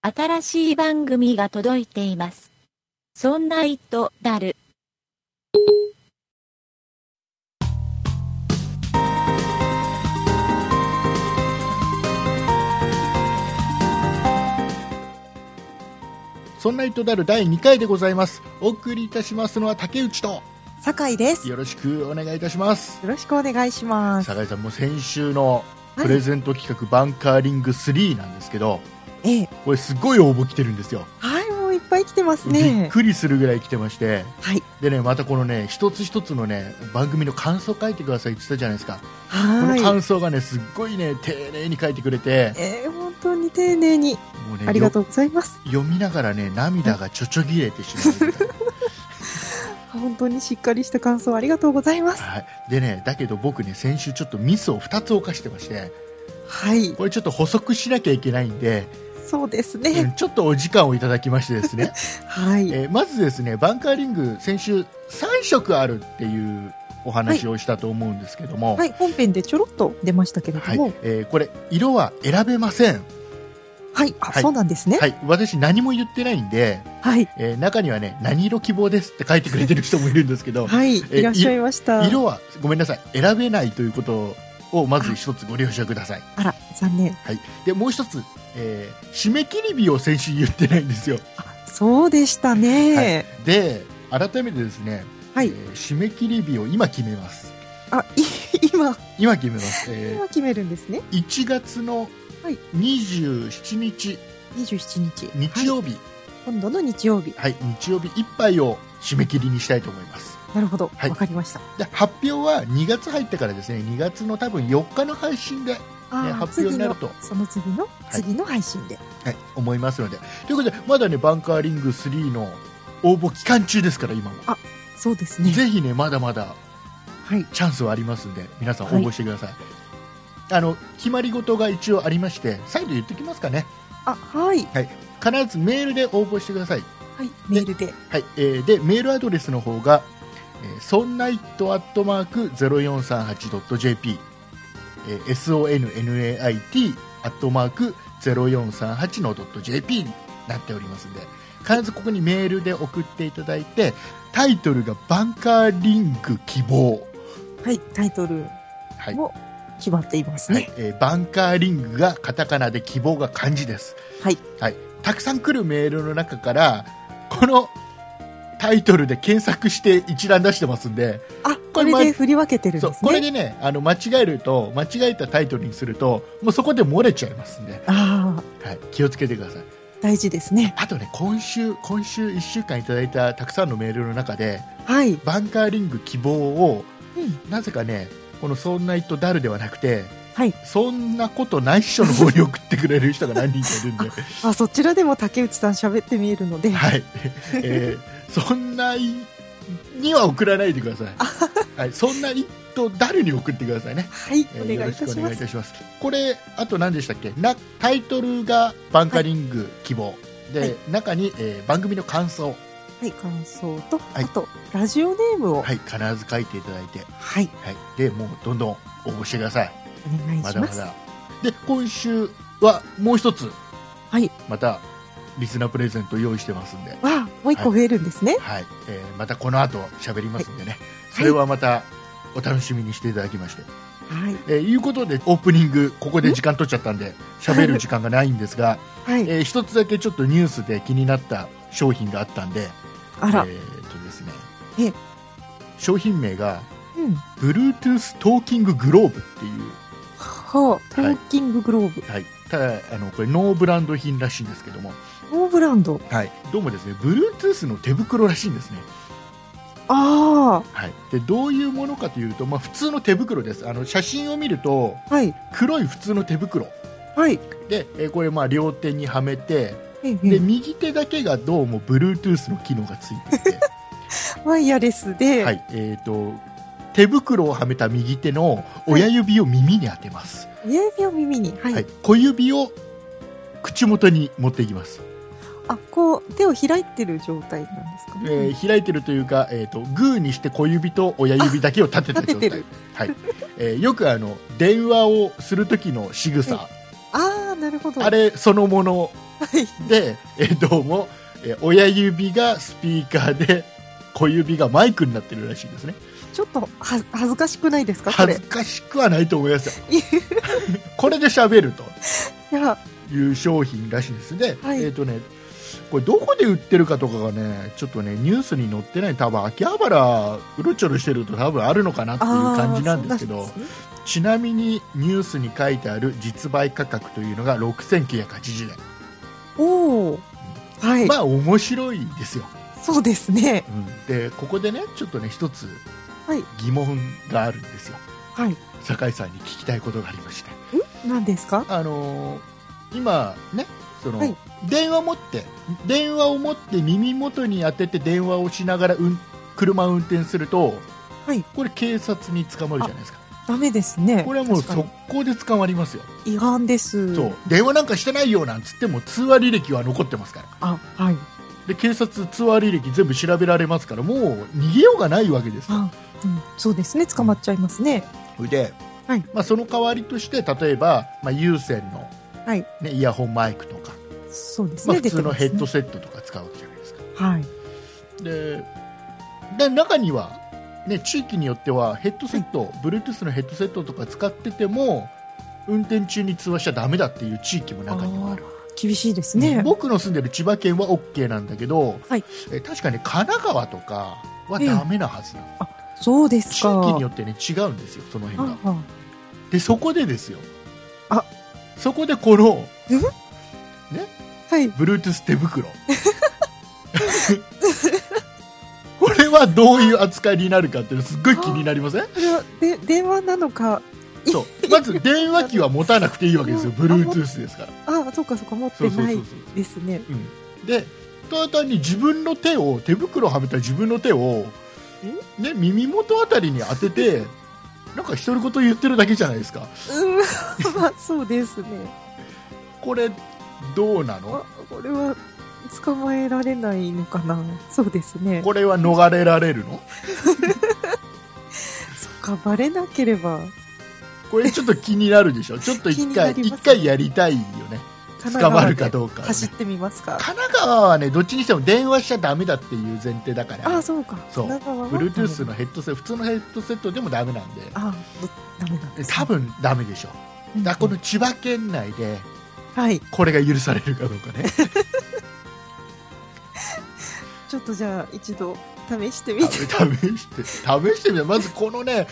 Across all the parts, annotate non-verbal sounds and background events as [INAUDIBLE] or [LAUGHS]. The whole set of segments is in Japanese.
新しい番組が届いています。そんな糸だる。そんな糸である第2回でございます。お送りいたしますのは竹内と、酒井です。よよろしくお願いいたします。ろしくお願いします。酒井さん、もう先週のはいプレゼント企画、バンカーリング3なんですけど、ええ、これすごい応募来てるんですよ。はい、もういっぱい来てますびっね。くりするぐらい来てまして、はい、でね、またこのね、一つ一つのね、番組の感想書いてくださいって言ってたじゃないですか。このは感想がね、すっごいね、丁寧に書いてくれてい。、ええ、本当に丁寧にもうね、ありがとうございます。よ読みながらね、涙がちょちょぎれてしまうみたい [LAUGHS] な。本当にしっかりした感想ありがとうございます。はい、でね、だけど僕ね、先週ちょっとミスを2つ犯してまして、はい、これちょっと補足しなきゃいけないんで、そうですうね。んちょっとお時間をいただきましてですね、 [LAUGHS] はい、えーまずですね、バンカーリング、先週3色あるっていうお話をしたと思うんですけども、はい、本編でちょろっと出ましたけれはどいも、えーこれ、色は選べません、はい、あ、はいそうなんですね。はい、私、何も言ってないんで、はい、えー中にはね、何色希望ですって書いてくれてる人もいるんですけ [LAUGHS] ど、はい、いらっしゃいました。色はごめんなさい、選べないということをまず一つご了承ください。あら、残念。でもう一つ、えー締め切り日を先週言ってないんですよ。そうでしたね。で改めてですね、はい、えー締め切り日を今決めますあ、い、今、今決めます、え今決めるんですね。ー1月のはい27日二十七日。日はい曜日今度の日曜日。はい、日曜日いっぱいを締め切りにしたいと思いますなるほど、わ、はいかりました。で発表は2月入ってからですね2月の多分4日の配信で、あー発表になると次のその次の、い次の配信ではい、思いますのでということでまだねバンカーリング3の応募期間中ですから今も、そうですねぜひねまだまだはいチャンスはありますんで皆さん応はい募してください、あの決まり事が一応ありまして再度言ってきますかねあはい必ずメールで応募してください、はいメールではいえーでメールアドレスの方が「えーそんな it」アットマーク 0438.jp「えー sonnait」アットマーク 0438.jp の .jp になっておりますんで必ずここにメールで送っていただいてタイトルが「バンカーリング希望はいタイトル」はいも決まっていますはいねえーバンカーリングがカタカナで希望が漢字です、はいはい、たくさん来るメールの中からこのタイトルで検索して一覧出してますんであここれれまで振り分けてるんそでうすこれねでねあの間違えると間違えたタイトルにするともうそこで漏れちゃいますんで、ああはい、気をつけてください大事ですねあとね今週今週1週間いただいたたくさんのメールの中ではいバンカーリング希望をうんなぜかねこの「そんな人だる」ではなくてはいそんなことないっしょの方に送ってくれる人が何人かいるんで、あそちらでも竹内さん喋ってみえるので [LAUGHS] はい、えーそんなには送らないでください。はい、そんなにと誰に送ってくださいね。はいえおーよ願ろいいしくたおし願まいいすたします。これあと何でしたっけ？なタイトルがバンカリング希望、で、はい中に、えー番組の感想はい感想といあとラジオネームをはい必ず書いていただいて、はいはいでもうどんどん応募してください。お願いましだまますだ。で今週はもう一つはいまたリスナープレゼント用意してますんで。あもう一個増えるんですねはい、えーまたこの後喋りますんでね、それはまたお楽しみにしていただきまして、はいえーいうことでオープニングここで時間取っちゃったんで喋る時間がないんですが、はいえー一つだけちょっとニュースで気になった商品があったんであらえーっとですねえ商品名がうん Bluetooth トーキンググローブっていう、はあ、トーキンググローブ、はい、ただあのこれノーブランド品らしいんですけども、ノーブランド。はい、どうもですね Bluetooth の手袋らしいんですねあはい、でどういうものかというと、まあ、普通の手袋ですあの写真を見るとあ、はい、黒い普通の手袋はい。で、えーこれまあ両手にはめてええで右手だけがどうも Bluetooth の機能がついてい [LAUGHS] ワイヤレスて、で、はいえー、と手袋をはめた右手の親指を耳に当てます、指を耳に、はい、はい、小指を口元に持っていきます、あ、こう、手を開いてる状態なんですかね。えー開いてるというか、えー、とグーにして小指と親指だけを立てた状立てて態る、はいえーよくあの電話をする時の仕草、ああ、なるほど。あれそのものはい。で、 [LAUGHS] えーどうも、えー親指がスピーカーで [LAUGHS] 小指がマイクになってるらしいですねちょっとは恥ずかしくないですかこ恥れず。かしくはないと思いますよ [LAUGHS] これで喋るといや、いう商品らしいですね、はいえっ、とねこれどこで売ってるかとかがねちょっとねニュースに載ってない多分秋葉原うろちょろしてると多分あるのかなっていうああ感じなんですけどそうなんですねちなみにニュースに書いてある実売価格というのが6980円、おお。はい、まあ面白いですよ、そうですね。でここでねちょっとね一つはい疑問があるんですよ、はい。酒井さんに聞きたいことがありまして何ですかあのー今ねその、はい電話持って電話を持って耳元に当てて電話をしながら、うん、車を運転すると、はいこれ警察に捕まるじゃないですかダメですね。これはもう確か速攻で捕まりますよ、に違反です。そう。電話なんかしてないよなんつっても通話履歴は残ってますからあ、はい。で警察通話履歴全部調べられますからもう逃げようがないわけですよあ、うん、そうですね。捕まっちゃいますね。それで、はいまあ、その代わりとして例えば、まあ、有線の、はいね、イヤホンマイクとか、そうですまあ、ね。普通のヘッド出てセットとか使うわけじゃないですかますねはい。でで中には、ね、地域によってはヘッドセット、Bluetooth のヘッドセットとか使ってても運転中に通話しちゃダメだっていう地域も中にはある厳しいですね。僕の住んでる千葉県は OK なんだけど、はいえ確かに神奈川とかはダメなはずなの、そうですか。地域によってね違うんですよその辺がはあはあでそこでですよあそこでこのはい。 Bluetooth 手袋これはどういう扱いになるかっていうのすっごい気になりませんこれはで電話なのか、そうまず電話機は持たなくていいわけですようんあも Bluetooth ですからあ、そうかそうか持っそてうそうなそいうそうですね。うんでただ単に自分の手を手袋をはめた自分の手を、ね、耳元あたりに当ててなんか独り言言ってるだけじゃないですかうん、 [LAUGHS] まあそうですね。これどうなのあ、これは捕まえられないのかな。そうですね。これは逃れられるのそっかバレなければこれちょっと気になる [LAUGHS] でしょちょっと気一にな回り一ます回やりたいよね神捕奈ま川るでかどうかはね、走ってみますか。神奈川はねどっちにしても電話しちゃダメだっていう前提だからあ、そうか。そう神奈川は Bluetooth のヘッドセット普通のヘッドセットでもダメなんであ、どダメなんです、ね。多分ダメでしょうんだからこの千葉県内ではい。これが許されるかどうかねちょっとじゃあ一度試してみ試して。て試してみたまずこのね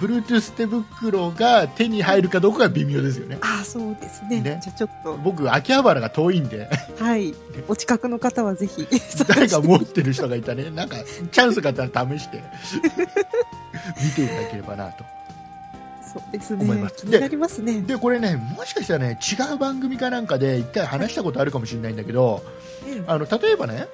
Bluetooth 手袋が手に入るかどうかが微妙ですよねあ、そうですね。ねじゃあちょっと僕秋葉原が遠いんではい。お近くの方はぜひ。 [LAUGHS] 誰か持ってる人がいたらねなんかチャンスがあったら試して [LAUGHS] 見ていただければなとそうです思いねま。す気になりますね。でこれねもしかしたらね違う番組かなんかで一回話したことあるかもしれないんだけどうんあの例えばね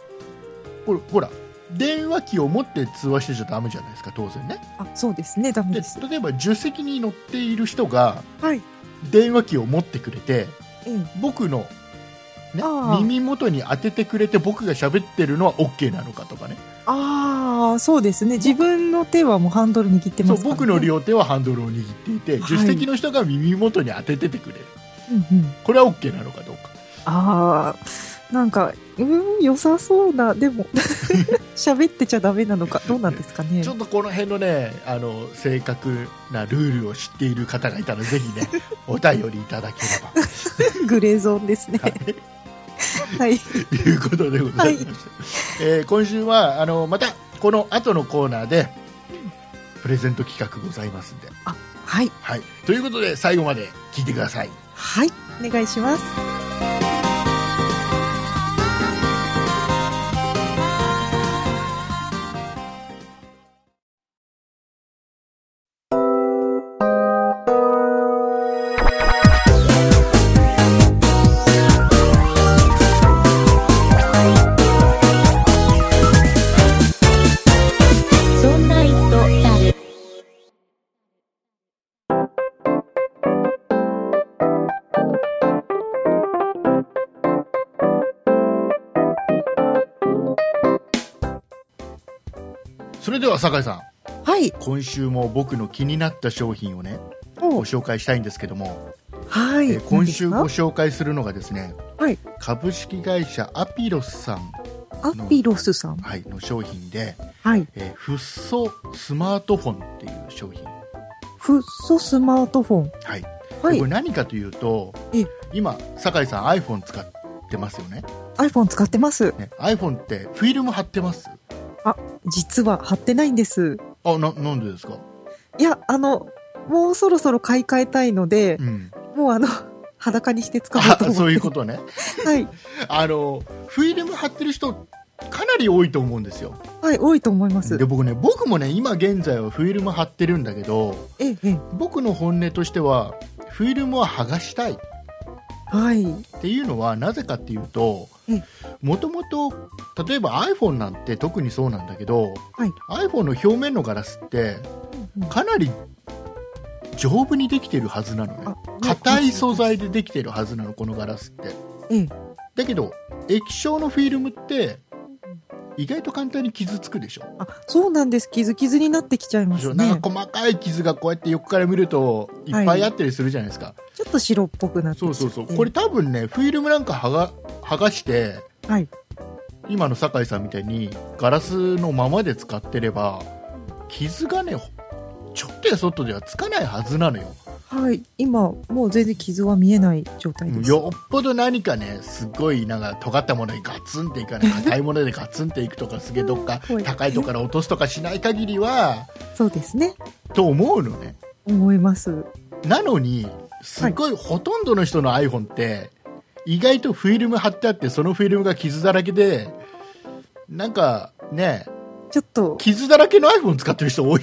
これほら電話機を持って通話してちゃダメじゃないですか当然ねあ、そうですね。ダメでです。例えば助手席に乗っている人がはい。電話機を持ってくれてうん。僕の、ねあ、ー耳元に当ててくれて僕が喋ってるのは OK なのかとかねああ、そうですね。自分の手はもうハンドル握ってそまうすから、ね。僕の両手はハンドルを握っていてはい助手席の人が耳元に当てててくれるうんうん。これは OK なのかどうかああ、なんか、うーん、良さそうな、でも、 [LAUGHS] 喋ってちゃダメなのか、どうなんですかねちょ。っとこの辺のね、あの、正確なルールを知っている方がいたら、ぜひ [LAUGHS] ね、お便りいただければ、グレーゾーンですね。はい。ということでございまして、えー今週は、あの、また、この後のコーナーで、プレゼント企画ございますんで、はい。はい。ということで、最後まで聞いてください。はい。お願いします。そんな糸だる、それでは、酒井さん、はい。今週も僕の気になった商品をね、おごう紹介したいんですけども、はい。えー今週ご何です紹介するのがですね、はい株式会社アピロスさん、かアピロスさん。はい、の商品で、はい。えーフッ素スマートフォンっていう商品、はフッ素スマートフォン。いではいこれ。何かというとええ今酒井さん iPhone 使ってますよね iPhone 使ってます。ね iPhone ってフィルム貼ってます実は貼ってないんです。あななんでですか、いや、あの、もうそろそろ買い替えたいのでう、ん、もうあの、 [LAUGHS] 裸にして使おうあと思って。 [LAUGHS] そういうことねはい。あのフィルム貼ってる人かなり多いと思うんですよはい、多いと思いますで。僕ね僕もね今現在はフィルム貼ってるんだけどええ、ええ。僕の本音としてはフィルムは剥がしたいっはい。ていうのはなぜかっていうとうんもともと例えば iPhone なんて特にそうなんだけど、はい iPhone の表面のガラスってかなり丈夫にできてるはずなのね硬い素材でできてるはずなのこのガラスってええ。だけど液晶のフィルムって意外と簡単に傷つくでしょあ、そうなんです。傷傷になってきちゃいまそすうねなん。か細かい傷がこうやって横から見るといっぱいあったりするじゃないですか、ちょっと白っぽくなってきちそゃうってそうそうこれ多分ねフィルムなんか剥が剥がしてはい。今の酒井さんみたいにガラスのままで使ってれば傷がねほちょっとやそっとではつかないはずなのよはい。今、もう全然傷は見えない状態です。よっぽど何かねすごいなんか尖ったものにガツンっていかない硬いものでガツンっていくとかすげえどっかうん高いとこから落とすとかしない限りはそうですね。と思うのね思います。なのにすごい、ほとんどの人の iPhone って意外とフィルム貼ってあってそのフィルムが傷だらけでなんかねちょっと、傷だらけの iPhone 使ってる人多いよ [LAUGHS]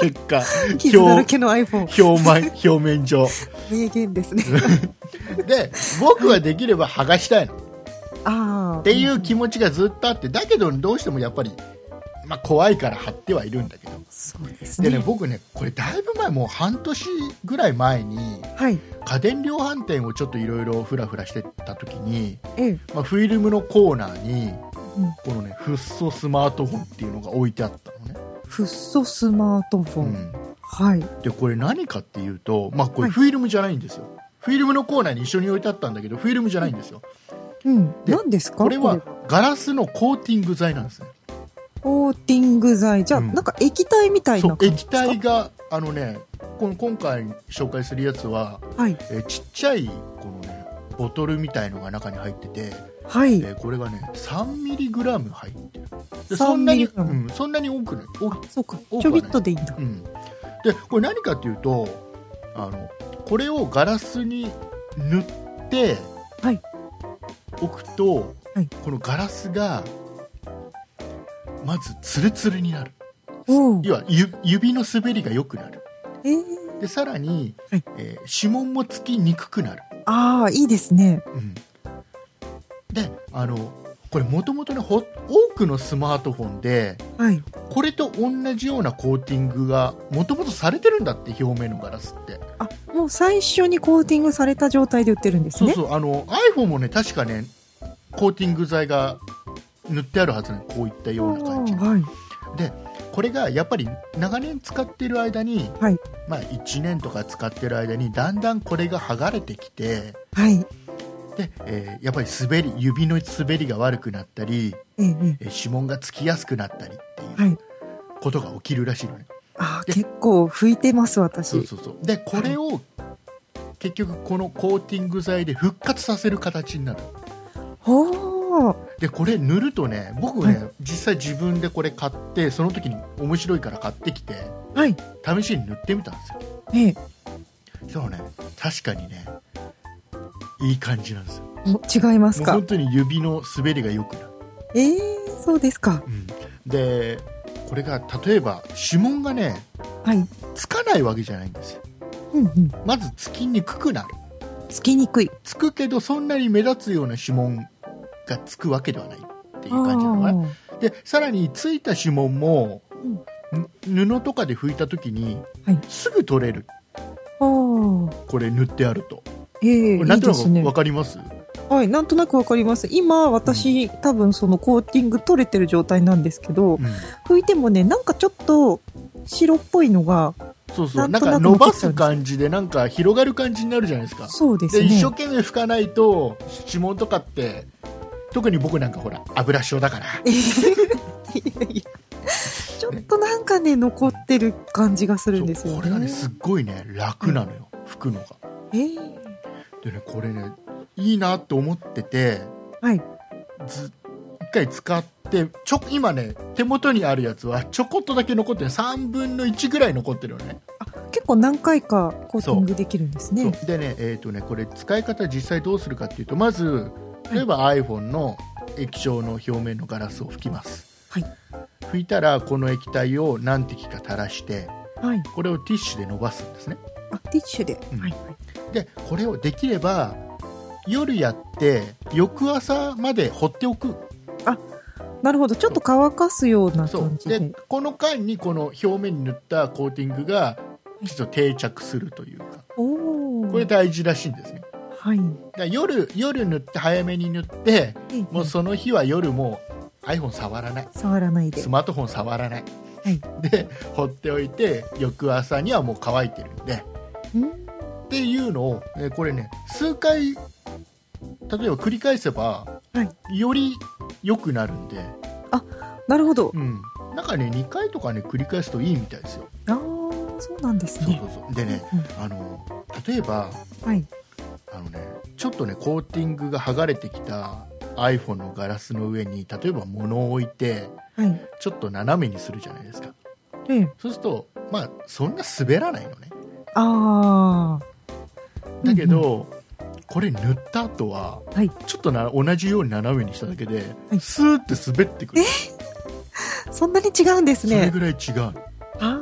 結果傷だらけの iPhone、表表面表面上名言で [LAUGHS] すね。で僕はできれば剥がしたいのっああ。っていう気持ちがずっとあってだけどどうしてもやっぱり、まあ、怖いから貼ってはいるんだけどそうですでね。ね僕ねこれだいぶ前もう半年ぐらい前にはい。家電量販店をちょっといろいろふらふらしてた時に、ええ。まあ、フィルムのコーナーに、うんこのねフッ素スマートフォンっていうのが置いてあったのね、フッ素スマートフォン。うんはい。でこれ何かっていうと、まあ、こはれいフィルムじゃないんですよ、フィルムのコーナーに一緒に置いてあったんだけどフィルムじゃないんですようん。で何ですかこれはガラスのコーティング剤なんですねコーティング剤。じゃあ、うんなんか液体みたいそうな感じです液か体があのねこの今回紹介するやつははい。えーちっちゃいこのねボトルみたいのが中に入っててはい。えーこれがね 3mg 入ってるで 3mg そんなに、うん、そんなに多くない多あく、そうか。多くはないちょびっとでいいんだう。ん、でこれ何かっていうとあのこれをガラスに塗って、はい置くと、はいこのガラスがまずツルツルになるおお。要はゆ指の滑りが良くなるええでさらに、はいえー指紋もつきにくくなる、ああ、いいですね。うん、であのこれもともとねほ多くのスマートフォンではい。これと同じようなコーティングがもともとされてるんだって表面のガラスってあ、もう最初にコーティングされた状態で売ってるんですそうね。そう、あの iPhone もね確かねコーティング剤が塗ってあるはずなのこういったような感じあーはい。これがやっぱり長年使ってる間に、はいまあ、1年とか使ってる間にだんだんこれが剥がれてきてはい。で、えーやっぱり滑り指の滑りが悪くなったりええええー指紋がつきやすくなったりってえ。いうはい。ことが起きるらしいのね、ああ、で結構拭いてます、そ私う。そうそうでこれを結局このコーティング剤で復活させる形になるほう。でこれ塗るとね僕ね、は実際自分でこれ買ってその時に面白いから買ってきてはい。試しに塗ってみたんですよええ。そうね確かにねいい感じなんですよもお違いますうか本。当に指の滑りが良くなる、ええそうですか。うんでこれが例えば指紋がねはい。つかないわけじゃないんですようんうん。まずつきにくくなるつきにくい。つくけどそんなに目立つような指紋がつくわけではないっていう感じなのかなでさらについた指紋も、ぬ布とかで拭いた時に、はいすぐ取れるあーあこれ塗ってあると、ー。ええなんとないいくですね分かりますはい、なんとなくわかります。今、私、多分そのコーティング取れてる状態なんですけうど、ん拭いてもね、なんかちょっと白っぽいのがそうそうななんんとなかく伸ばす感じでなんか広がる感じになるじゃないですかそうですでね。一生懸命拭かないと指紋とかって特に僕なんかほら油症だからいやいやちょっとなんかね、残ってる感じがするんですそうよこれがねすっね。ごいね楽なのよ、拭くのがえーでねこれねいいなと思っててはい。ず一回使ってちょ今ね手元にあるやつはちょこっとだけ残ってる3分の1ぐらい残ってるよね結構何回かコーティングできるんですね。そうでね、えーとねこれ使い方実際どうするかっていうとまず例えば iPhone の液晶の表面のガラスを拭きます、はい拭いたらこの液体を何滴か垂らしてはい。これをティッシュで伸ばすんですねあ、ティッシュで。うんはい。でこれをできれば夜やって翌朝まで放っておくなるほど。ちょっと乾かすようなそ感うじで。でこの間にこの表面に塗ったコーティングがちょっと定着するというかおお。これ大事らしいんですねはい。だから夜夜塗って早めに塗ってもうその日は夜もう iPhone 触らない触らないでス。マートフォン触らない、はいで放っておいて翌朝にはもう乾いてるんでうんっていうのをえーこれね数回例えば繰り返せば、はより良くなるんで、なるほど。うん、なんかね2回とかね繰り返すといいみたいですよ、ああ、そうなんですそうねそ。うそうでねうんあの例えばはい。あの、ね、ちょっとねコーティングが剥がれてきた iPhone のガラスの上に例えば物を置いてはい。ちょっと斜めにするじゃないですかええ。そうするとまあそんな滑らないのねああ。だけど、これ塗った後は、はいちょっとな同じように斜めめにしただけで、はいスーって滑ってくる、うんうん、そんなに違うんですそれね。ぐらい違うあ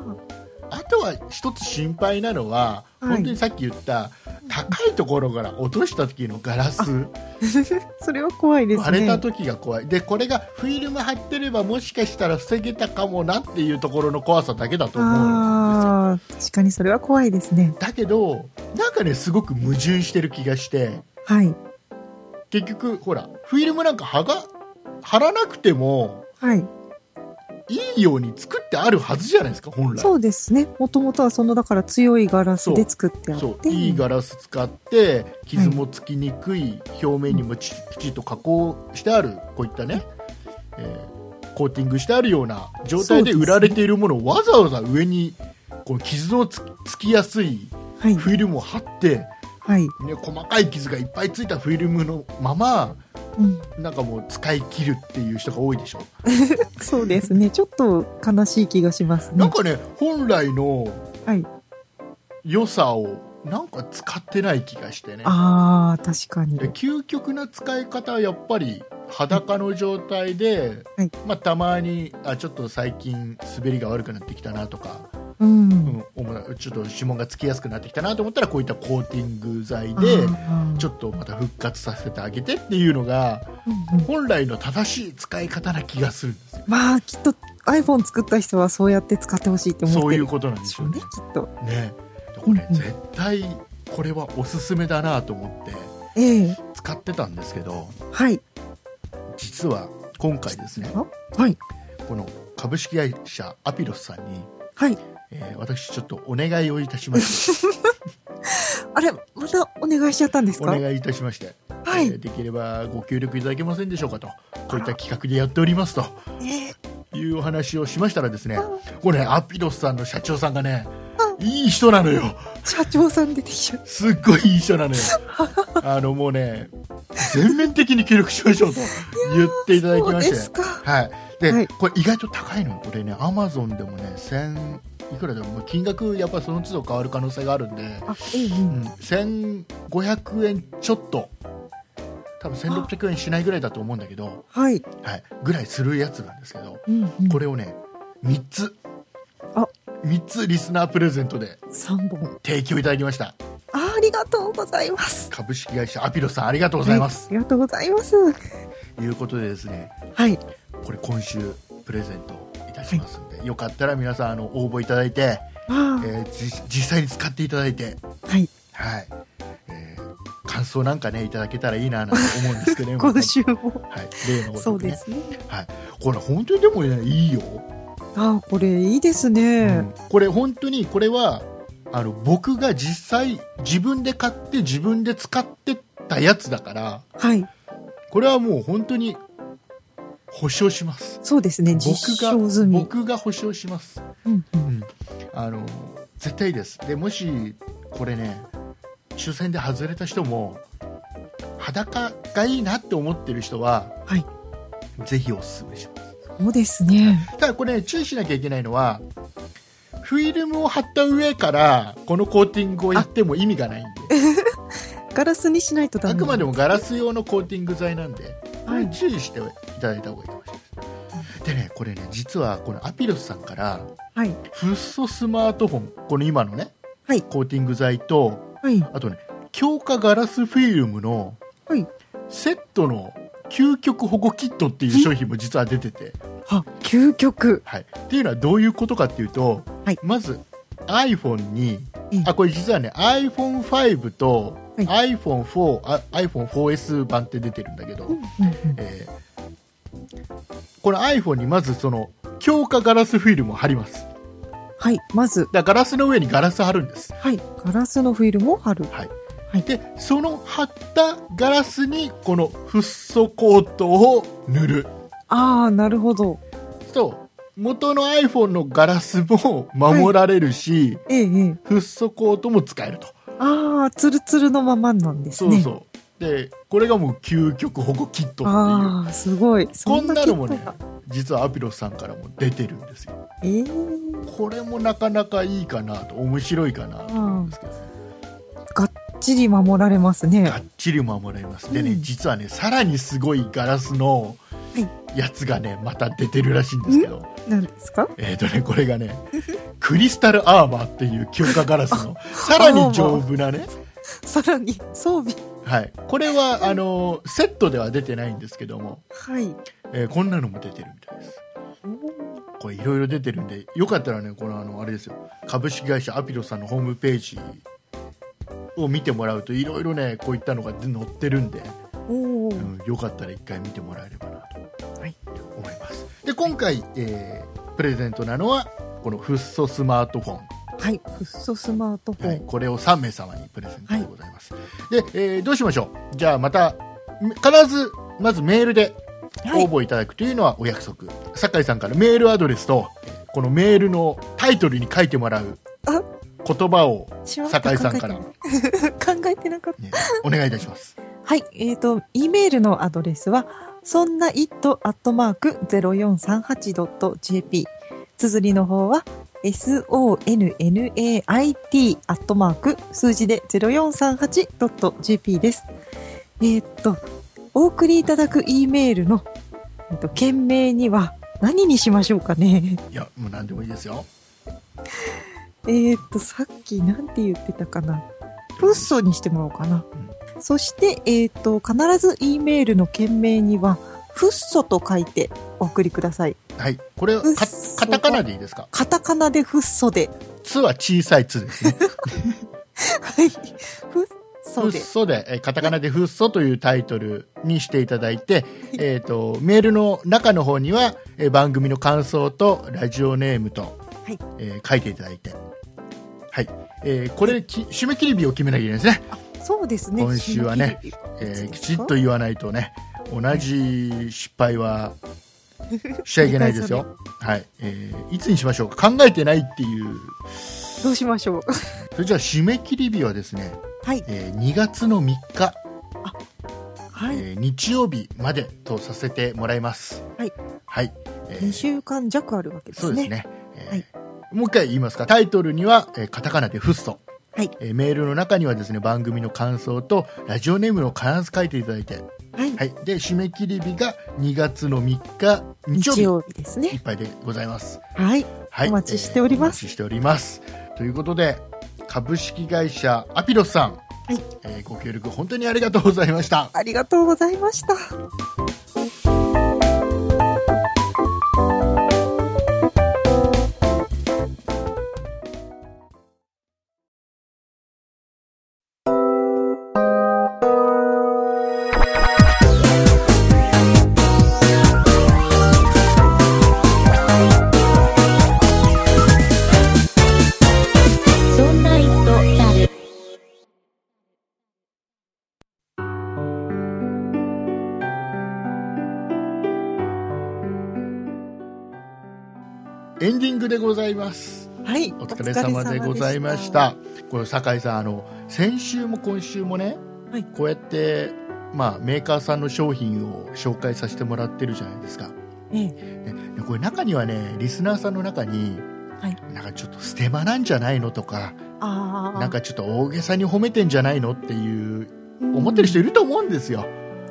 あとは一つ心配なのは、はい本当にさっき言った高いところから落とした時のガラス、ー [LAUGHS] それは怖いですね。割れた時が怖いでこれがフィルム貼ってればもしかしたら防げたかもなっていうところの怖さだけだと思うんですよああ、確かにそれは怖いですね。だけどなんかねすごく矛盾してる気がしてはい。結局ほらフィルムなんか貼が貼らなくてもはい。いいように作ってあるはずじゃないですか本来そうですね。もともとはその、だから強いガラスで作ってあって。そういいガラス使って傷もつきにくい、表面にもちきちっと加工してあるこういったね、えーコーティングしてあるような状態でそうですね売られているものをわざわざ上にこう傷のつつきやすいはい。フィルムを貼って、ね、はい。細かい傷がいっぱいついたフィルムのままうん。なんかもう使い切るっていう人が多いでしょそうですね。ちょっと悲しい気がしますなんね。かね本来のはい。良さをなんか使ってない気がしてねああ、確かに。で究極な使い方はやっぱり裸の状態で、はいまあ、たまにあちょっと最近滑りが悪くなってきたなとか、う。うんん思うちょっと指紋がつきやすくなってきたなと思ったらこういったコーティング剤あでーちょっとまた復活させてあげてっていうのがうんうん本来の正しい使い方な気がするんですよまあ、きっと iPhone 作った人はそうやって使ってほしいって思ってるそういうことなんででししょょううね、ねきねっと。これうんうん絶対これはおすすめだなと思ってええ使ってたんですけどはい。実は今回ですねはい。この株式会社アピロスさんに、はい。えー私ちょっとお願いをいたしまして [LAUGHS] あれ、またお願いしちゃったんですおか願いいたしまして、はいえーできればご協力いただけませんでしょうかとこういった企画でやっておりますとええいうお話をしましたらですねあこれねアピロスさんの社長さんがねいい人なのよ社長さん出てきちゃっすっごいいい人なの [LAUGHS] よあのもうね全面的に協力しましょうと言っていたた。だきそうまでしてすか。はい、で、はいこれ意外と高いのよこれねアマゾンでもね1000いくらでももう金額やっぱその都度変わる可能性があるんで、あ、ええうん、1500円ちょっと多分1600円しないぐらいだと思うんだけど、はい。はい、ぐらいするやつなんですけどうんうんこれをね3つあ3つリスナープレゼントで3本。提供いただきましたあ、ありがとうございます。株式会社アピロさんありがとうございます、はいありがとうございます。ということでですねはい。これ今週プレゼントいたしますんで、よかったら皆さんあの応募いただいて、あえーじ実際に使っていただいて、あ、はい。はいえー感想なんかねいただけたらいいななんて思うんです [LAUGHS] けどね今週も。はい、例のごそとうくねですね。はい、これ本当にでもねいいよああこれいいですね、うんこれ本当にこれはあの僕が実際自分で買って自分で使ってたやつだからはいこれはもう本当に保証しますそうですね僕実が証済み、僕が保証します、うんううんん、あの絶対ですでもしこれね抽選で外れた人も裸がいいなって思ってる人は、はいぜひおすすめしますそうですねただこれ、注意しなきゃいけないのはフィルムを貼った上からこのコーティングをやっても意味がないんでガラスにしないとダあメくまでもガラス用のコーティング剤なんでこはれい注意していただいた方がいいかもしれないですでねこれね実はこのアピロスさんからはいフッ素スマートフォンこの今のね、はいコーティング剤とはいあとね強化ガラスフィルムのはいセットの究極保護キットっていう商品も実は出ててあ究極はい、っていうのはどういうことかっていうと、はいまず iPhone にええあこれ実はね iPhone5 とは iPhone4、あ iPhone4S 版って出てるんだけど、うんうんえーこの iPhone にまずその強化ガラスフィルムを貼りますはいまずだからガラスの上にガラス貼るんですはいガラスのフィルムを貼るでその貼ったガラスにこのフッ素コートを塗るああなるほどと元の iPhone のガラスも守られるし、ええええフッ素コートも使えるとああツルツルのままなんですそうねそう、でこれがもう究極保護キットっていうああすごいこんなのもそねキットが実はアピロスさんからも出てるんですよええこれもなかなかいいかなと面白いかなと思うんですけどね、がっちり守られますねがっちり守られますでね、うん実はねさらにすごいガラスのやつがねまた出てるらしいんですけど、なんですかえっ、とねこれがねクリスタルアーマーっていう強化ガラスのさらに丈夫なねさらに装備はい、これはあのセットでは出てないんですけども、はいえーこんなのも出てるみたいですこれいろいろ出てるんでよかったらねこのあのあれですよ株式会社アピロさんのホームページを見てもらうといろいろねこういったのが載ってるんで、おおうん、よかったら一回見てもらえればなと、はい思いますで今回、えープレゼントなのはこのフッ素スマートフォンはいフッ素スマートフォン、はい、これを3名様にプレゼントでございます、で、えーどうしましょうじゃあまため必ずまずメールではい応募いただくというのはお約束、酒井さんからメールアドレスとえーこのメールのタイトルに書いてもらうあ言葉を、しまった酒井さんから考えてない考えてなかったね、お願いいたしますはいえっ、と E メールのアドレスはそんな it.0438.jp 綴りの方は sonnait アットマーク数字で 0438.jp です。えーっと、お送りいただく E メールの、えっと、件名には何にしましょうかね。いやもう何でもいいですよえーっと、さっきなんて言ってたかな。フッ素にしてもらおうかな。そして、えーっと、必ず E メールの件名には、フッ素と書いてお送りください。はいこれをうっカそカタカナでいいですかカタカナでフッ素で。 「つ」は小さい「つ」ですねはい。フッ「ふ素っで。そ」でえーカタカナで「ふっそ」というタイトルにしていただいて、えー、とメールの中の方には、えー番組の感想とラジオネームと、はいえー書いていただいて、はいえーこれき締め切り日を決めなきゃいけないですねそうですね。今週はね締め切りえーきちっと言わないとね同じ失敗はしちゃいけないですよ、はいえーいつにしましょうか考えてないっていうどうしましょう。それじゃあ締め切り日はですね、はい。え2月の3日、はえい。ー日曜日までとさせてもらいますはい、はいえー2週間弱あるわけですね。そうですね、えーはいもう一回言いますかタイトルには、えーカタカナで「フッ素」はいえーメールの中にはですね番組の感想とラジオネームを必ず書いていただいて、はい。はい、で締め切り日が2月の3日日曜日日曜日ですいね。っぱいでございます、はい。はい、お待ちしておりまえーおす待ちしておりますということで株式会社アピロスさん、いえーご協力本当にありがとうございましたありがとうございました。 「エンディングでございますはい。お疲れ様でございましたこれ酒井さんあの先週も今週もね、はいこうやってまあメーカーさんの商品を紹介させてもらってるじゃないですかお疲れ様でした。ええでこれ中にはねリスナーさんの中に、はいなんかちょっとステマなんじゃないのとかああ。なんかちょっと大げさに褒めてんじゃないのっていううん思ってる人いると思うんですよ、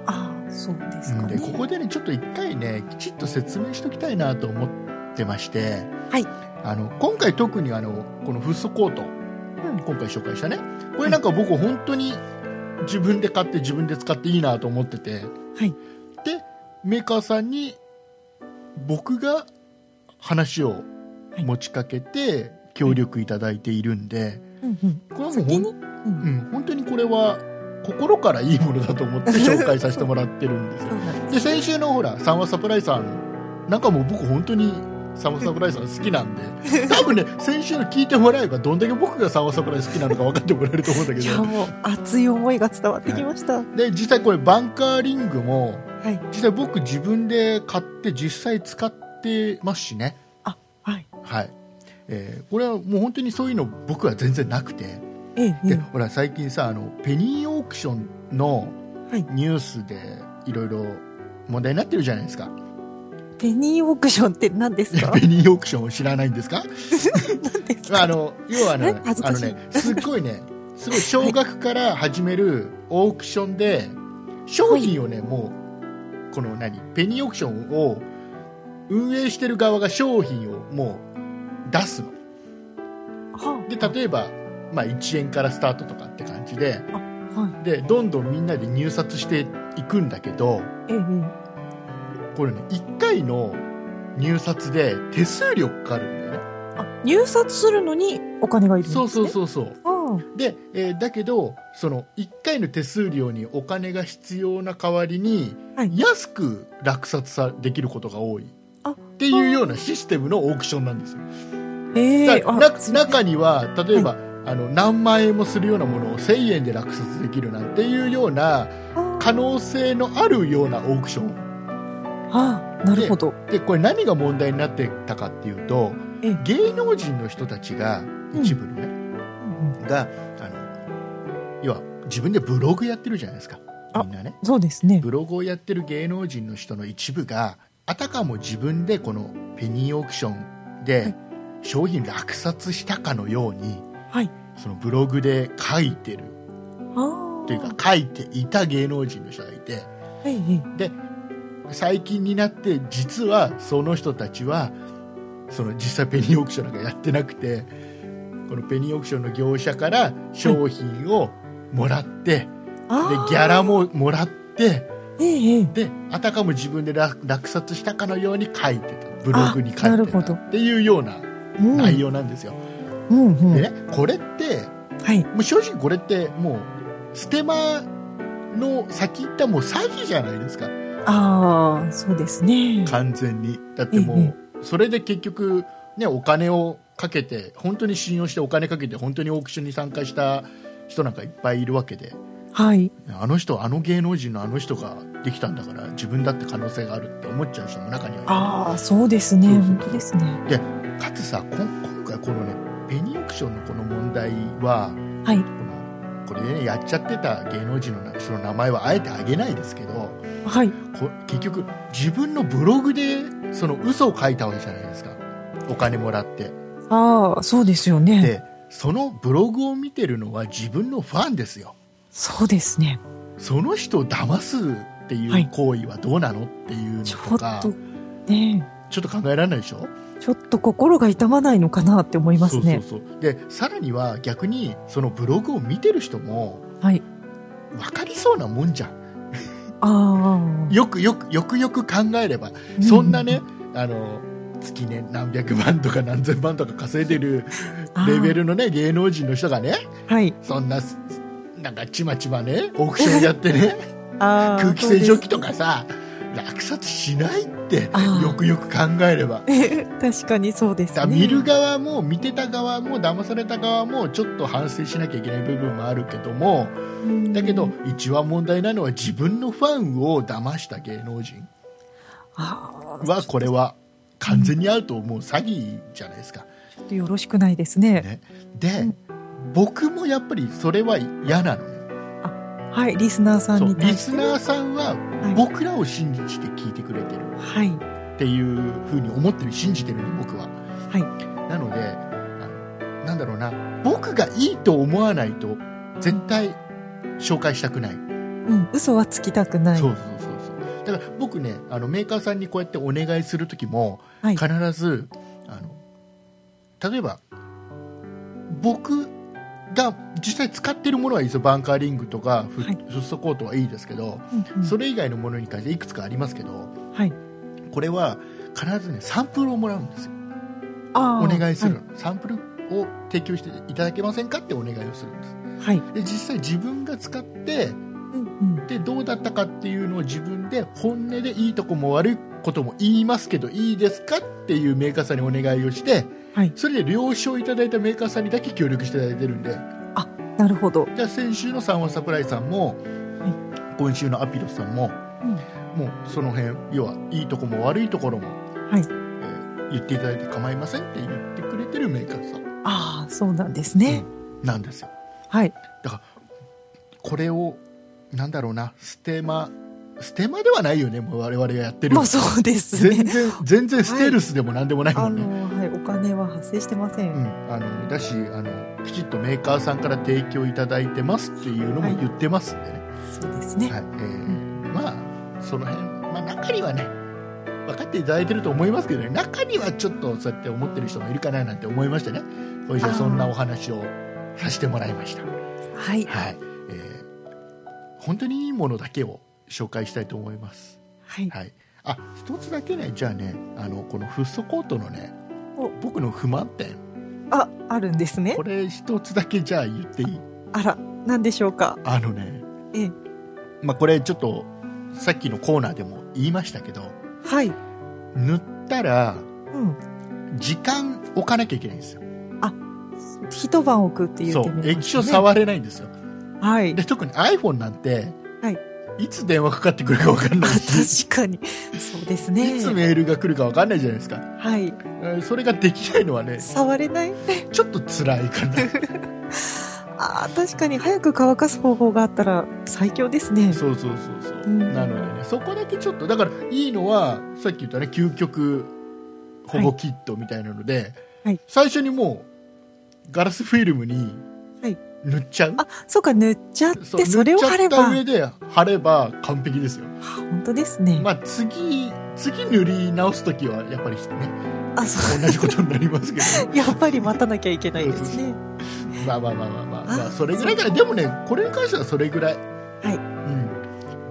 ああ、そうですうかんね。でここでねちょっと一回ねきちっと説明しときたいなと思ってまして、はいあの今回特にあのこのフッ素コート、ん今回紹介したねこれなんか僕本当に自分で買って自分で使っていいなと思ってて、はいでメーカーさんに僕が話を持ちかけて協力いただいているんで、うんうんこれはもうほ先んに、うんうん、本当にこれは心からいいものだと思って紹介させてもらってるんですそようなんです。で先週のほらサンワサプライさんなんかもう僕本当にサンワサプライさん好きなんで多分ね先週の聞いてもらえばどんだけ僕がサンワサプライ好きなのか分かってもらえると思うんだけいやどもう熱い思いが伝わってきました。はで実際これバンカーリングもい。実際僕自分で買って実際使ってますしねはい。はい、えーこれはもう本当にそういうの僕は全然なくて、ええ、えでえ。ほら最近さあのペニーオークションのはいニュースでいろいろ問題になってるじゃないですか、ペニーオークションって何です [LAUGHS] かペニーオークションを知らないんですか何ですあかの要はあのえ恥ずあかのしいねすっごいねすごい少額から始めるオークションで商品をね、もうこの何ペニーオークションを運営してる側が商品をもう出すのはで例えば、まあ、1円からスタートとかって感じであ、はい。でどんどんみんなで入札していくんだけどええ、えこれね1回の入札で手数料かかるんだよねえ。あ、入札するのにお金がいるんです、そね。うそうそうそうあで、えーだけどその1回の手数料にお金が必要な代わりに、はい安く落札さできることが多いあっていうようなシステムのオークションなんですよ、あ。ええだからなあ、中には例えば、あの何万円もするようなものを1000円で落札できるなんていうような可能性のあるようなオークションああ、なるほど。でこれ何が問題になってたかっていうとええ芸能人の人たちがうん一部のね、うんうんがあの要は自分でブログやってるじゃないですかあみんなねそうですね。ブログをやってる芸能人の人の一部があたかも自分でこのペニーオークションはでい商品落札したかのように、はいそのブログで書いてるああ。というか書いていた芸能人の人がいてええ、ええ。最近になって実はその人たちはその実際ペニーオークションなんかやってなくてこのペニーオークションの業者から商品をもらって、でああ。ギャラ。ももらってええ、ええ。であたかも自分で落落札したかのように書いてたブログに書あないるてほたどっていうようなうん、内容なんですよ。うん、うん。でねこれってはい。もう正直これってもうステマの先行ったもう詐欺じゃないですか。ああ、そうですね。完全にだってもえうそれで結局、ね、お金をかけて本当に信用してお金かけて本当にオークションに参加した人なんかいっぱいいるわけではい。あの人あの芸能人のあの人ができたんだから自分だって可能性があるって思っちゃう人も中にはああ、そうですね。そうそうそう本当ですね。いるかつさこん今回このねペニーオークションのこの問題ははい。このこれでねやっちゃってた芸能人の人の名前はあえてあげないですけどはい。こ結局自分のブログでその嘘を書いたわけじゃないですかお金もらってああ、そうですよね。でそのブログを見てるのは自分のファンですよそうですね。その人を騙すっていはいう行為はどうなのっていうのちとょっか、と、ねちょっと考えられないでしょえちょっと心が痛まないのかなって思いますね。そうそうそうでさらには逆にそのブログを見てる人もはい。分かりそうなもんじゃんああ。よくよくよくよく考えればうそんなね、あの月ね何百万とか何千万とか稼いでるレベルのね芸能人の人がねあー。はい。そんなすなんかちまちまねオークションやってね [LAUGHS] ああ。空気清浄機と。とかさ落札しないってあーよくよく考えれば。 [LAUGHS] 確かにそうですだからね。見る側も見てた側も騙された側もちょっと反省しなきゃいけない部分もあるけどもうんだけど。一番問題なのは自分のファンを騙した芸能人ああ。はこれは完全に会うともう詐欺じゃないですか、ちょっとよろしくないですね。ね、で、うん僕もやっぱりそれは嫌なのねはい、リスナーさんそにうリ対スして。ナーさんははい僕らを信じて聞いてくれてるはい、っていうふうに思ってる信じてるんで僕は、はいなのであのなんだろうな僕がいいと思わないと絶対紹介したくない、うん、嘘はつきたくない。そうそうそうそうだから僕ねあのメーカーさんにこうやってお願いする時もはい必ず、あの例えば僕が実際使ってるものはいいですよバンカーリングとかフ,、はいフッ素コートはいいですけど、うんうんそれ以外のものに関していくつかありますけどはい。これは必ずねサンプルをもらうんですよあおー願いする、サンプルを提供していただけませんかってお願いをするんですはい。はい。で実際自分が使ってうんうん。でどうだったかっていうのを自分で本音でいいとこも悪いことも言いますけどいいですかっていうメーカーさんにお願いをしてはい。それで了承いただいたメーカーさんにだけ協力していただいてるんでなるほど。じゃあ先週のサンワサプライさんも、今週のアピロスさんもうんもうその辺要はいいとこも悪いところも、はいえー言っていただいて構いませんって言ってくれてるメーカーさんああ、そうなんですね。なんですよはい。これをなんだろうなステマステマではないよねもう我々がやってるまあそうです全ね。然全然ステルスでも何でもないもあんね、の、はい、お金は発生してません。うん、あのだしあのきちっとメーカーさんから提供いただいてますっていうのも言ってますんでね、そうですね。はいえーまあその辺、まあ、中にはね分かっていただいてると思いますけどね中にはちょっとそうやって思ってる人もいるかななんて思いましてね今週はそんなお話をさせてもらいました、はい。はいえー本当にいいものだけを紹介したいと思いますはい。はい、あ一つだけねじゃあねあのこのフッ素コートのねお僕の不満点あ、あるんですねこ。れ一つだけじゃあ言っていいあら、なんでしょうか。あのね、ええまあ、これちょっとさっきのコーナーでも言いましたけどはい。塗ったらうん。時間置かなきゃいけないんですよ一晩置くっていうそ手うもありますね液晶触れないんですよはい。で特に iPhone なんて、、はいつ電話かかってくるか分かんなあいし [LAUGHS] 確かに。そうですね。いつメールが来るか分かんないじゃないですかはい。えーそれができないのは [LAUGHS] ね触れないちょっと辛いか [LAUGHS] なあー確かに早く乾かす方法があったら最強ですね。そうそうそうそう、うんなのでねそこだけちょっとだからいいのはさっき言ったね究極保護キットみたいなので、はい最初にもうガラスフィルムにはい塗っちゃう、あ、そうか、塗っちゃっそうて、それを貼れば、塗っ本ちゃった上で貼れば完璧ですよ、当ですね。まあ、次次塗り直す時はやっぱりねあ、そう。同じことになりますけ [LAUGHS] どやっぱり待たなきゃいけないですね。まあまあまあまあまあ、まあ、あそれぐらいからでもねこれに関してはそれぐらい、う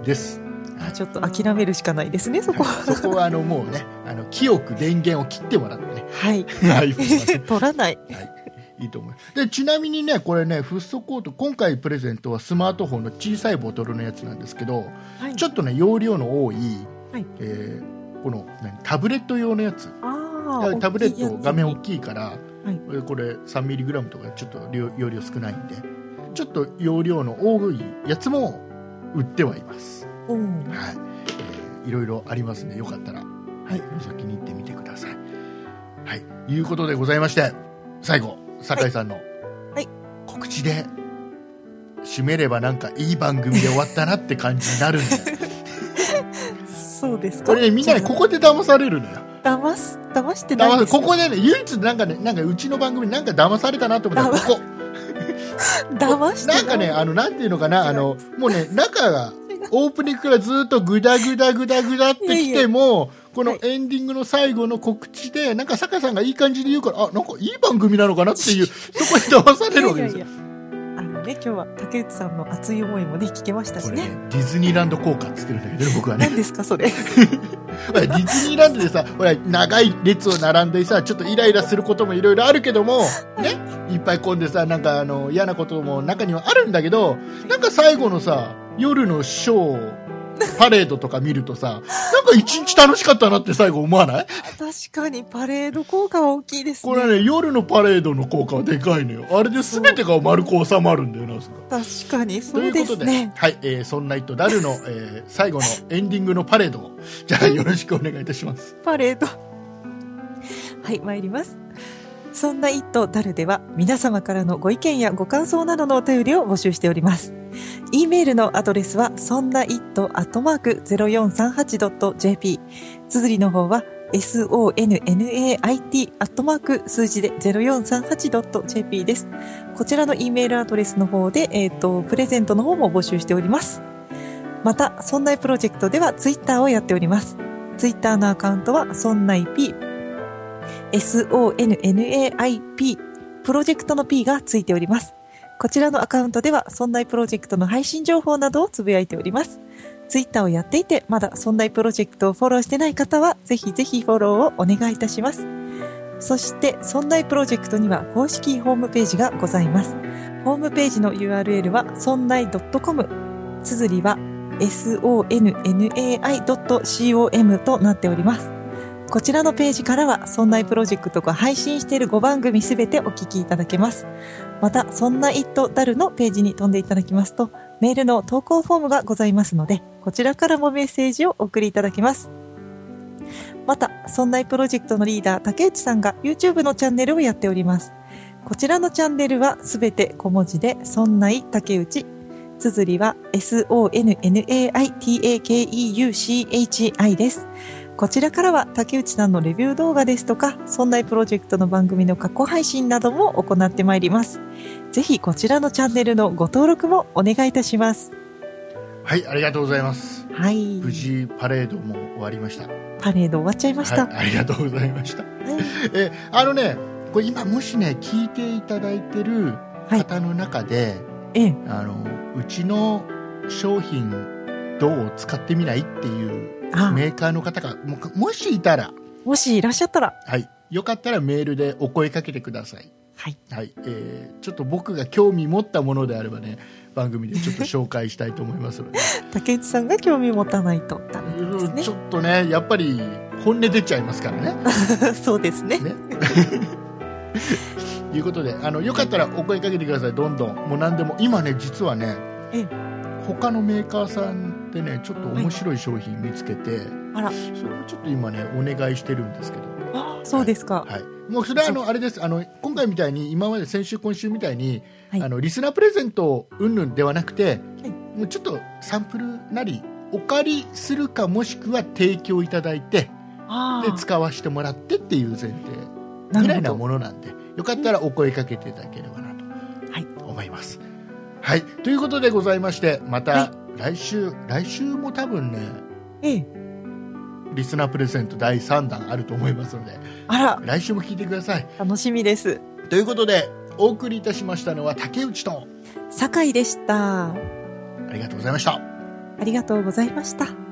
ん、ですあちょっと諦めるしかないですね、そこは。そこはあのもうねあの清く電源を切ってもらってねはい。はい、取らない。いいと思います。で、ちなみにね、これね、フッ素コート、今回プレゼントはスマートフォンの小さいボトルのやつなんですけど、はい、ちょっとね、容量の多い、はいえーこの何タブレット用のやつ。あータブレット、画面大大きいきいから、はいえーこれ 3mg とかちょっと量容量少ないんで、ちょっと容量の多いやつも売ってはいます。やつ。おーはい、えーいろいろありますんで、よかったら、はい、覗きに行ってみてください。はい、いうことでございまして、最後、酒井さんの、はい告知で、締めればなんかいい番組で終わったなって感じになるん [LAUGHS] で、そうですか。これね、みんなね、じゃあここで騙されるのよ。騙す、騙してない騙ですここでね、唯一なんかね、なんかうちの番組なんか騙されたなと思ったら、ここ。騙してなんかね、あの、なんていうのかな、あの、もうね、中が、オープニングからずっとグダグダグダグダってきても、このはエンディングの最後の告知で、なんか酒井さんがいい感じで言うから、あ、なんかいい番組なのかなっていう、そこに騙されるわけですよ。いやいやいやあのね、今日は竹内さんの熱い思いもね、聞けましたしこれね。ね、ディズニーランド効果っつってるんだけどね、僕はね何。ですか、それ。 [LAUGHS] ほらディズニーランドでさ、ほら、長い列を並んでさ、ちょっとイライラすることもいろいろあるけども、ね、いっぱい混んでさ、なんかあの、嫌なことも中にはあるんだけど、なんか最後のさ、夜のショー、パレードとか見るとさ、なんか一日楽しかったなって最後思わない確かにパレード効果は大きいですね。これはね、夜のパレードの効果はでかいのよ。あれで全てが丸く収まるんだよな、それ確かに、とそいううこでとすで、ね。はい、えー、そんな人ダルの、えー最後のエンディングのパレードを、じゃあよろしくお願いいたします。パレード。はい、参ります。そんな一途たるでは、皆様からのご意見やご感想などのお便りを募集しております。e メールのアドレスは、そんな一途アットマーク 0438.jp。綴りの方は、sonnait アットマーク数字で 0438.jp です。こちらの E メールアドレスの方で、えっ、と、プレゼントの方も募集しております。また、そんないプロジェクトではツイッターをやっております。ツイッターのアカウントは、そんない P、SONNAIP プロジェクトの P がついております。こちらのアカウントでは、そんないプロジェクトの配信情報などをつぶやいております。ツイッターをやっていて、まだそんないプロジェクトをフォローしてない方は、ぜひぜひフォローをお願いいたします。そして、そんないプロジェクトには公式ホームページがございます。ホームページの URL は、そんない .com。綴りは、sonnai.com となっております。こちらのページからは、そんないプロジェクトが配信している5番組すべてお聞きいただけます。また、そんな一途ダルのページに飛んでいただきますと、メールの投稿フォームがございますので、こちらからもメッセージをお送りいただけます。また、そんないプロジェクトのリーダー、竹内さんが YouTube のチャンネルをやっております。こちらのチャンネルはすべて小文字で、そんない竹内。綴りは sonnaitakeuchi です。こちらからは竹内さんのレビュー動画ですとか、そんなプロジェクトの番組の過去配信なども行ってまいります。ぜひこちらのチャンネルのご登録もお願いいたします。はいありがとうございますはい。無事パレードも終わりましたパレード終わっちゃいました。はい、ありがとうございましたはいえあのねこれ今もしね聞いていただいてるはい方の中で、ええ。あのうちの商品どう使ってみないっていうあメーカーの方がももしいたら、もしいらっしゃったら。はい、よかったらメールでお声かけてください、はい。はいえーちょっと僕が興味持ったものであればね番組でちょっと紹介したいと思います [LAUGHS] ので竹内さんが興味持たないとダメですねちょっとねやっぱり本音出ちゃいますからね。 [LAUGHS] そうですね。ねということであのよかったらお声かけてくださいどんどんもう何でも今ね実はねええ他のメーカーさんでねちょっと面白い商品見つけて、あらそれをちょっと今ねお願いしてるんですけど、あそうですか。はい、もうそれはあのあれですあの今回みたいに今まで先週今週みたいに、はいあのリスナープレゼント云々ではなくて、はいもうちょっとサンプルなりお借りするかもしくは提供いただいてあで使わせてもらってっていう前提あ、ぐらいなるなほど。ものなんでよかったらお声かけていただければなとはい思います。はい、ということでございましてまた来週、来週も多分ねええ。リスナープレゼント第3弾あると思いますのであら、来週も聞いてください。楽しみです。ということでお送りいたしましたのは竹内と酒井でした。ありがとうございました。ありがとうございました。